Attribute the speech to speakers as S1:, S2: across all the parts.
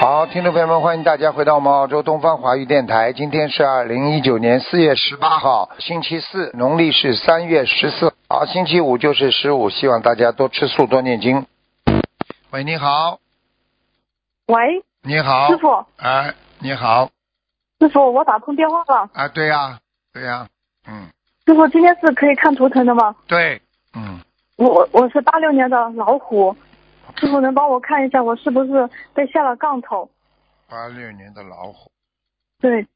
S1: 好，听众朋友们，欢迎大家回到我们澳洲东方华语电台。今天是二零一九年四月十八号，星期四，农历是三月十四，好，星期五就是十五。希望大家多吃素，多念经。喂，你好，
S2: 喂，
S1: 你好，
S2: 师傅，
S1: 哎，你好，
S2: 师傅，我打通电话了。
S1: 啊，对呀、对呀、嗯，
S2: 师傅，今天是可以看图腾的吗？
S1: 对，嗯，
S2: 我我是八六年的老虎，师傅能帮我看一下我是不是被下了杠头？
S1: 八六年的老虎，
S2: 对，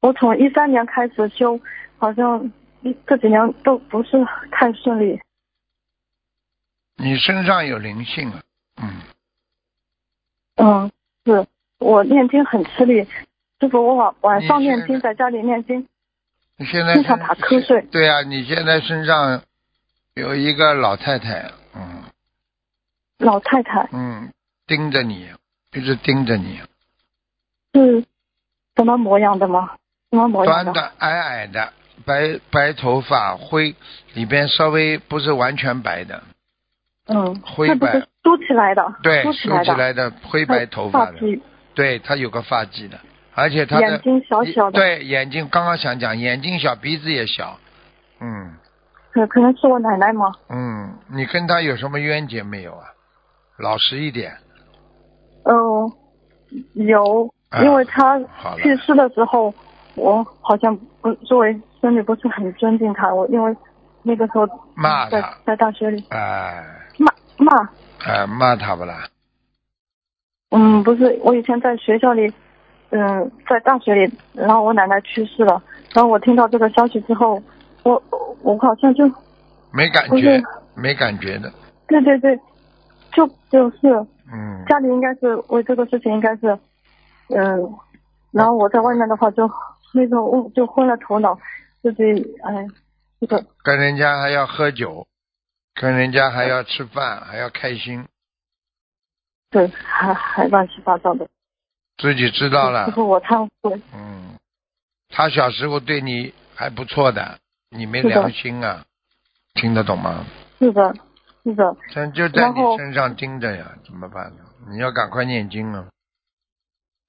S2: 我从一三年开始修，好像一这几年都不是太顺利。
S1: 你身上有灵性啊，嗯，
S2: 嗯，是我念经很吃力，师傅，我晚晚上
S1: 你是
S2: 念经，在家里念经，
S1: 你现在
S2: 经常打瞌睡
S1: 对呀、你现在身上有一个老太太，嗯。
S2: 老太太
S1: 嗯，盯着你，一直盯着你，
S2: 是什么模样的吗？什么模样
S1: 短
S2: 哦的？
S1: 的、矮矮的，白白头发，灰里边稍微不是完全白的，
S2: 嗯，
S1: 灰
S2: 那不是
S1: 白
S2: 梳起来的，
S1: 对，
S2: 梳
S1: 梳
S2: 来
S1: 起
S2: 的。
S1: 来的灰白头发的，
S2: 皮
S1: 对，他有个发髻的，而且他
S2: 眼
S1: 的
S2: 睛小小的，
S1: 对眼睛，刚刚想讲，眼睛小，鼻子也小，嗯
S2: 可可能是我奶奶吗？
S1: 嗯，你跟他有什么冤结没有啊？老实一点，
S2: 嗯、有，
S1: 啊
S2: 因为她
S1: 好了，
S2: 去世的时候，我好像不作为孙女不是很尊敬她，我因为那个时候
S1: 骂
S2: 在
S1: 他，
S2: 在大学里
S1: 哎
S2: 骂骂，
S1: 哎，骂他不啦？
S2: 嗯，不是，我以前在学校里，嗯、在大学里，然后我奶奶去世了，然后我听到这个消息之后，我我我好像就
S1: 没感
S2: 不
S1: 觉
S2: 是，
S1: 没感觉的，
S2: 对对对，就就是。
S1: 嗯。
S2: 家里应该是为这个事情应该是，嗯，然后我在外面的话就那时候我就昏了头脑，自己哎，这个
S1: 跟人家还要喝酒，跟人家还要吃饭，还要开心，
S2: 对还还乱七八糟的。
S1: 自己知道
S2: 师
S1: 了。
S2: 傅，我忏悔，
S1: 嗯，他小时候对你还不错的，你没
S2: 是的
S1: 良心啊，听得懂吗？
S2: 是的，是的，
S1: 但就在
S2: 然
S1: 你
S2: 后
S1: 身上盯着呀，怎么办呢？你要赶快念经啊，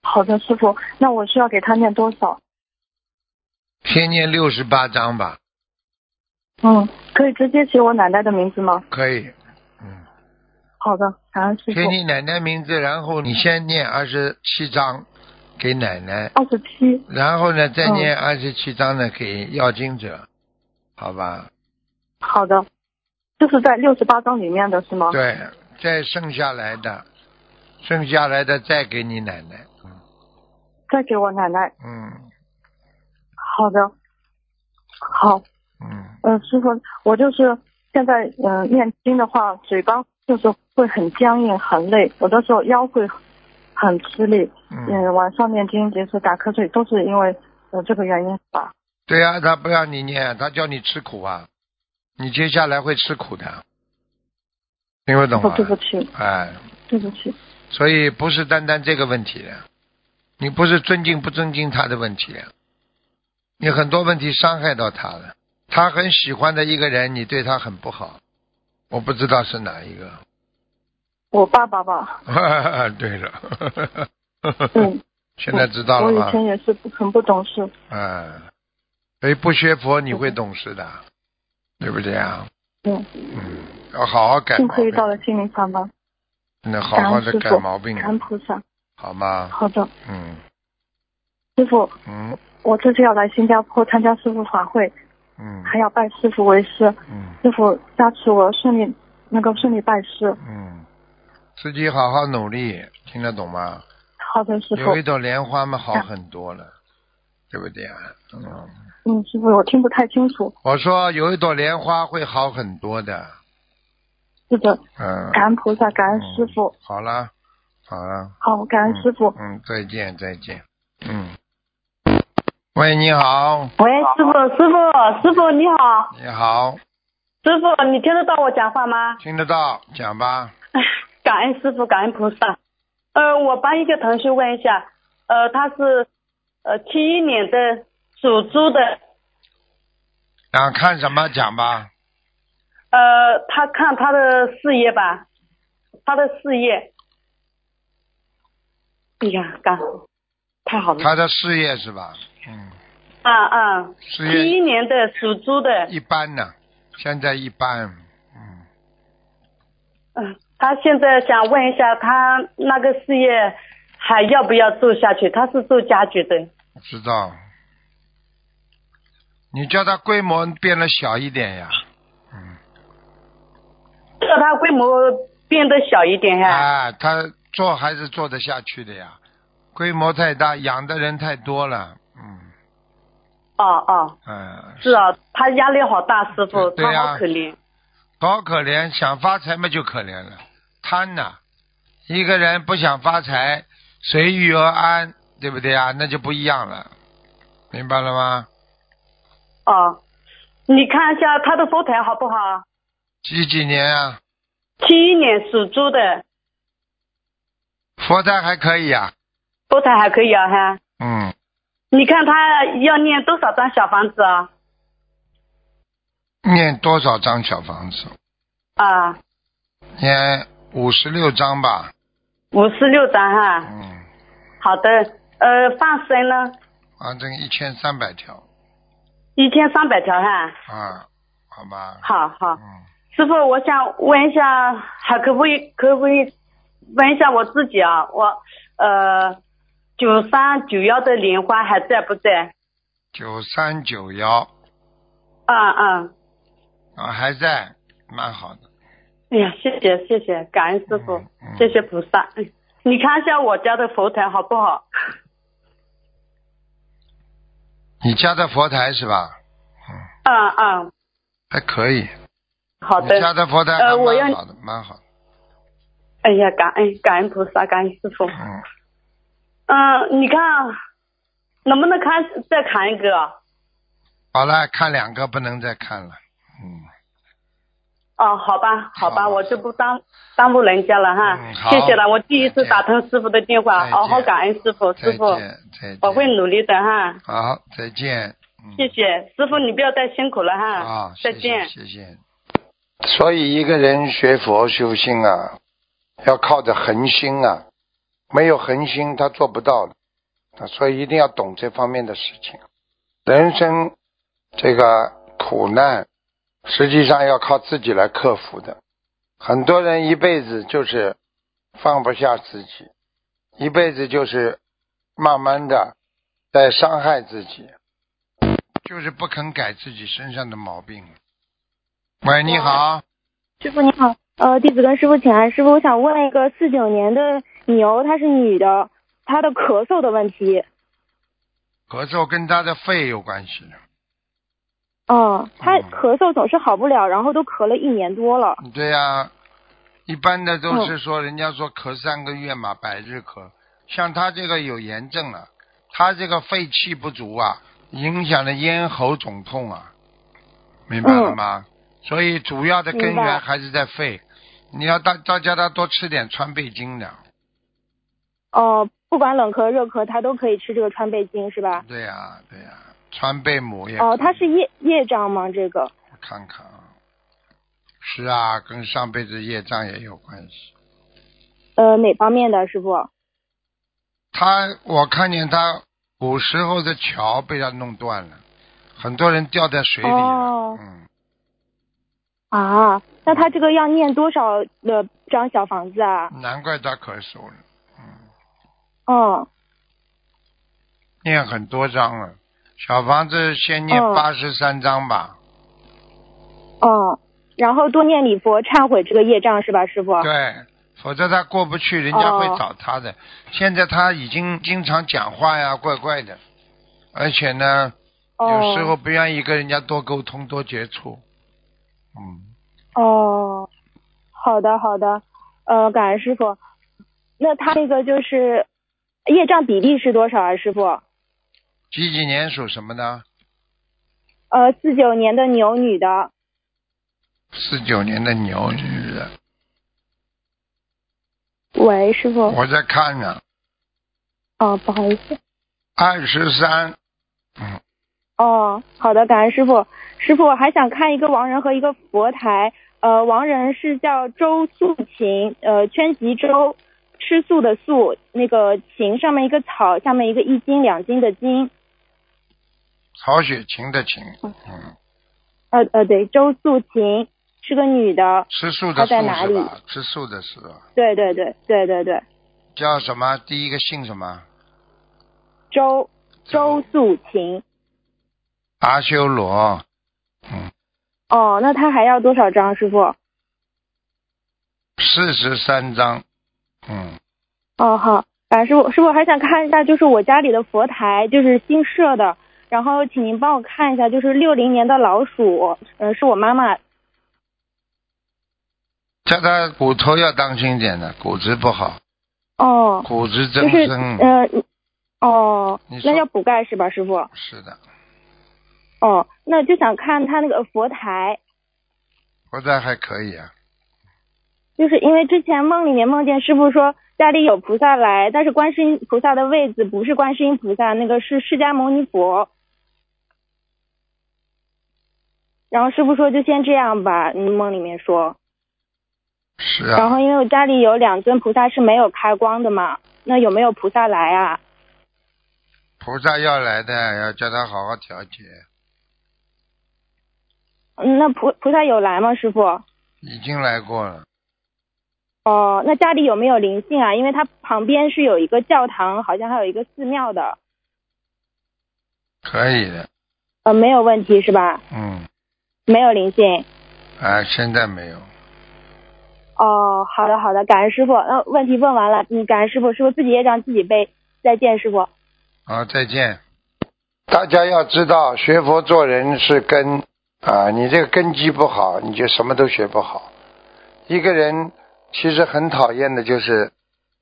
S2: 好的，师傅，那我需要给他念多少？
S1: 先念六十八章吧，
S2: 嗯，可以直接写我奶奶的名字吗？
S1: 可以。嗯，
S2: 好的，感恩师傅
S1: 写。你奶奶名字，然后你先念二十七章给奶奶，
S2: 二十七，
S1: 然后呢再
S2: 嗯
S1: 念二十七章呢给要经者，好吧？
S2: 好的，就是在六十八章里面的是吗？
S1: 对，再剩下来的，剩下来的再给你奶奶。
S2: 再给我奶奶。
S1: 嗯
S2: 好的，好。
S1: 嗯，
S2: 嗯，师傅，我就是现在嗯、呃念经的话，嘴巴就是会很僵硬、很累，有的时候腰会很吃力。嗯、
S1: 嗯，
S2: 晚上念经结束打瞌睡，都是因为呃这个原因吧？
S1: 对呀、他不让你念，他叫你吃苦啊，你接下来会吃苦的，听得懂
S2: 说
S1: 吗？
S2: 哦对不起，
S1: 哎，
S2: 对不起。
S1: 所以不是单单这个问题的，你不是尊敬不尊敬他的问题的，你很多问题伤害到他了。他很喜欢的一个人，你对他很不好，我不知道是哪一个。
S2: 我爸爸吧，
S1: 对了，
S2: 嗯，
S1: 现在知道
S2: 我
S1: 了啊吧？
S2: 以前也是很不懂事，
S1: 嗯，所以不学佛你会懂事的，对不对啊？
S2: 嗯，
S1: 嗯，要好好改
S2: 幸
S1: 毛
S2: 亏
S1: 病
S2: 遇，到了心灵法门，
S1: 那好
S2: 感
S1: 好
S2: 恩
S1: 的
S2: 师
S1: 改
S2: 傅，
S1: 毛病
S2: 感，恩菩萨。
S1: 好吗？
S2: 好的，
S1: 嗯
S2: 师傅，
S1: 嗯
S2: 我这次要来新加坡参加师傅法会，
S1: 嗯
S2: 还要拜师傅为师，
S1: 嗯
S2: 师傅加持我顺利能够顺利拜师。
S1: 嗯，自己好好努力，听得懂吗？
S2: 好的，师傅
S1: 有。一朵莲花嘛，好很多了，对不对啊？嗯，
S2: 嗯，师傅，我听不太清楚。
S1: 我说有一朵莲花会好很多的，
S2: 是的，
S1: 嗯，
S2: 感恩菩萨，感恩师傅。
S1: 好啦，好啊啦。
S2: 好，感恩师傅。
S1: 嗯，再见，再见。嗯。喂，你好，
S3: 喂，师傅，师傅，师傅你好，
S1: 你好，
S3: 师傅，你听得到我讲话吗？
S1: 听得到，讲吧。
S3: 哎，感恩师傅，感恩菩萨。呃，我帮一个同学问一下，呃，他是呃七一年的属猪的，
S1: 想啊看什么讲吧？
S3: 呃，他看他的事业吧，他的事业，哎呀，感太好了
S1: 他的事业是吧？嗯，
S3: 啊啊！
S1: 事
S3: 七
S1: 业
S3: 一年的属猪的，
S1: 一般呢，现在一般。嗯，
S3: 嗯，他现在想问一下，他那个事业还要不要做下去？他是做家具的，
S1: 我知道。你叫他规模变得小一点呀。
S3: 叫他规模变得小一点呀、
S1: 啊，他做还是做得下去的呀，规模太大，养的人太多了，嗯
S3: 哦哦，
S1: 嗯，
S3: 是啊，他压力好大，师傅，
S1: 对对啊
S3: 他
S1: 呀
S3: 好可怜。
S1: 多可怜，想发财嘛就可怜了，贪呐、一个人不想发财，随遇而安，对不对啊？那就不一样了，明白了吗？
S3: 哦，你看一下他的佛台好不好？
S1: 几几年啊？
S3: 七一年属猪的
S1: 佛台还可以啊，
S3: 佛台还可以啊，哈。
S1: 嗯，
S3: 你看他要念多少张小房子啊？
S1: 念多少张小房子？
S3: 啊，
S1: 念五十六张吧，
S3: 五十六张哈。
S1: 嗯，
S3: 好的，呃，放生呢？
S1: 反正一千三百条
S3: 一千三百条哈。
S1: 啊，好吧，
S3: 好好，
S1: 嗯。
S3: 师傅，我想问一下，还可不可以可不可以问一下我自己啊？我呃，九三九幺的莲花还在不在？
S1: 九三九幺
S3: 嗯嗯，
S1: 啊，还在，蛮好的。
S3: 哎呀，谢谢谢谢，感恩师傅
S1: 嗯，嗯
S3: 谢谢菩萨。嗯你看一下我家的佛台好不好？
S1: 你家的佛台是吧？
S3: 嗯嗯，
S1: 还可以。
S3: 好
S1: 你家
S3: 的。
S1: 的佛台
S3: 呃
S1: 还
S3: 我要
S1: 蛮好的，蛮好的。
S3: 哎呀，感恩感恩菩萨，感恩师傅。
S1: 嗯，
S3: 嗯，你看能不能看再看一个？啊
S1: 好了，看两个不能再看了。嗯，
S3: 哦，好吧，好吧，
S1: 好
S3: 我就不耽耽误人家了哈
S1: 嗯，好
S3: 谢谢了，我第一次打通师傅的电话
S1: 再，见
S3: 哦，好感恩师傅，师
S1: 再
S3: 傅，
S1: 见，再见。
S3: 我会努力的哈，
S1: 好，再见。嗯
S3: 谢谢师傅，你不要再辛苦了哈
S1: 啊，，
S3: 再
S1: 谢谢
S3: 见。
S1: 谢谢。所以一个人学佛修心啊，要靠着恒心啊，没有恒心他做不到的。啊，所以一定要懂这方面的事情。人生这个苦难，实际上要靠自己来克服的。很多人一辈子就是放不下自己，一辈子就是慢慢的在伤害自己。就是不肯改自己身上的毛病。喂，你好，
S4: 师傅你好，呃，弟子跟师傅请安。师傅，我想问一个四九年的牛，她是女的，她的咳嗽的问题。
S1: 咳嗽跟他的肺有关系，
S4: 嗯，她
S1: 嗯
S4: 咳嗽总是好不了，然后都咳了一年多了。
S1: 对呀、一般的都
S4: 嗯
S1: 是说人家说咳三个月嘛，百日咳，像他这个有炎症了，他这个肺气不足啊，影响了咽喉肿痛啊，明白了吗？所以主要的根
S4: 嗯明白
S1: 源还是在肺，你要大大家他多吃点川贝精的，
S4: 哦，不管冷咳热咳，她都可以吃这个川贝精是吧？
S1: 对呀、对呀、川贝母也可以。
S4: 哦、她是业业障吗？这个？
S1: 我看看啊，是啊，跟上辈子业障也有关系。
S4: 呃，哪方面的师傅？
S1: 他，我看见他古时候的桥被他弄断了，很多人掉在水里了。
S4: 哦
S1: 嗯，
S4: 啊，那她这个要念多少的张小房子啊？
S1: 难怪他咳嗽了，
S4: 嗯，
S1: 念很多章了。小房子先念
S4: 哦
S1: 八十三章吧。
S4: 嗯，然后多念礼佛忏悔这个业障是吧，师傅？
S1: 对，否则他过不去，人家会
S4: 哦
S1: 找他的。现在他已经经常讲话呀，怪怪的，而且呢，
S4: 哦
S1: 有时候不愿意跟人家多沟通、多接触。嗯。
S4: 哦，好的好的，呃，感恩师傅。那他那个就是业障比例是多少啊，师傅？
S1: 几几年属什么呢？
S4: 呃，四九年的牛女的，
S1: 四九年的牛，真是的。
S4: 喂，师傅，
S1: 我在看呢，
S4: 哦，不好意思，
S1: 二十三，嗯，
S4: 哦，好的，感恩师傅。师傅我还想看一个亡人和一个佛台，呃，亡人是叫周素琴，呃，圈吉周，吃素的素，那个芹上面一个草，下面一个一斤两斤的斤。
S1: 曹雪芹的芹，嗯，
S4: 呃呃，对，周素琴是个女的。
S1: 吃素
S4: 他
S1: 的素
S4: 在哪
S1: 是
S4: 里
S1: 吧？吃素的是吧？
S4: 对对对对对对，
S1: 叫什么？第一个姓什么？
S4: 周周素琴。
S1: 阿修罗，嗯，
S4: 哦，那他还要多少张，师傅？
S1: 四十三章，嗯，
S4: 哦，好，啊，师傅，师傅还想看一下，就是我家里的佛台，就是新设的，然后请您帮我看一下，就是六零年的老鼠，嗯、是我妈妈，
S1: 叫他骨头要当心点的，骨质不好，
S4: 哦，
S1: 骨质
S4: 就
S1: 增
S4: 是，
S1: 生，
S4: 呃，哦
S1: 你，说
S4: 那要补钙是吧，师傅？
S1: 是的。
S4: 哦，那就想看他那个佛台，
S1: 佛台还可以啊，
S4: 就是因为之前梦里面梦见师傅说家里有菩萨来，但是观世音菩萨的位置不是观世音菩萨，那个是释迦牟尼佛。然后师傅说就先这样吧，嗯梦里面说。
S1: 是
S4: 然
S1: 啊
S4: 后，因为我家里有两尊菩萨是没有开光的嘛，那有没有菩萨来啊？
S1: 菩萨要来的，要叫他好好调节。
S4: 嗯，那菩菩萨有来吗，师傅？
S1: 已经来过了，
S4: 哦，那家里有没有灵性啊？因为它旁边是有一个教堂，好像还有一个寺庙的，
S1: 可以的，
S4: 呃，没有问题是吧？
S1: 嗯，
S4: 没有灵性。
S1: 啊，现在没有，
S4: 哦，好的好的，感恩师傅。那、问题问完了，嗯，感恩师傅，师傅自己也让自己背。再见，师傅。
S1: 好，再见。大家要知道，学佛做人是根啊，你这个根基不好，你就什么都学不好。一个人其实很讨厌的就是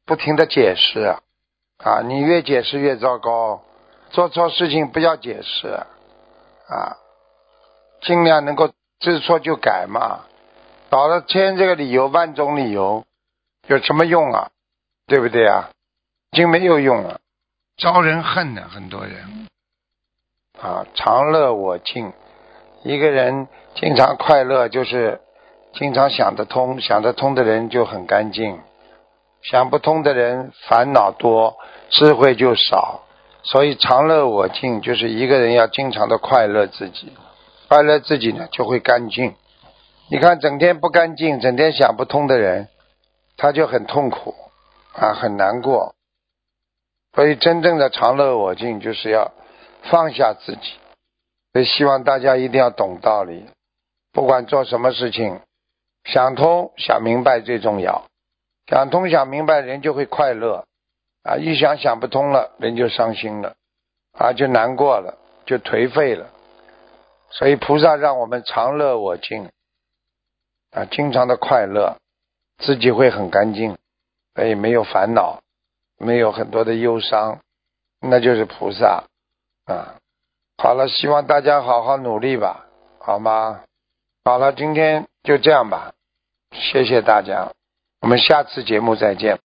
S1: 不停的解释啊，啊，你越解释越糟糕，做错事情不要解释啊，尽量能够知错就改嘛。搞了千这个理由万种理由，有什么用啊？对不对啊？已经没有用了。招人恨的很多人啊，常乐我净。一个人经常快乐，就是经常想得通，想得通的人就很干净；想不通的人烦恼多，智慧就少。所以常乐我净，就是一个人要经常的快乐自己，快乐自己呢就会干净。你看，整天不干净，整天想不通的人，他就很痛苦啊，很难过。所以，真正的常乐我净，就是要放下自己。所以，希望大家一定要懂道理，不管做什么事情，想通想明白最重要。想通想明白，人就会快乐啊！一想想不通了，人就伤心了啊，就难过了，就颓废了。所以，菩萨让我们常乐我净啊，经常的快乐，自己会很干净，所以没有烦恼。没有很多的忧伤，那就是菩萨啊。好了，希望大家好好努力吧，好吗？好了，今天就这样吧，谢谢大家，我们下次节目再见。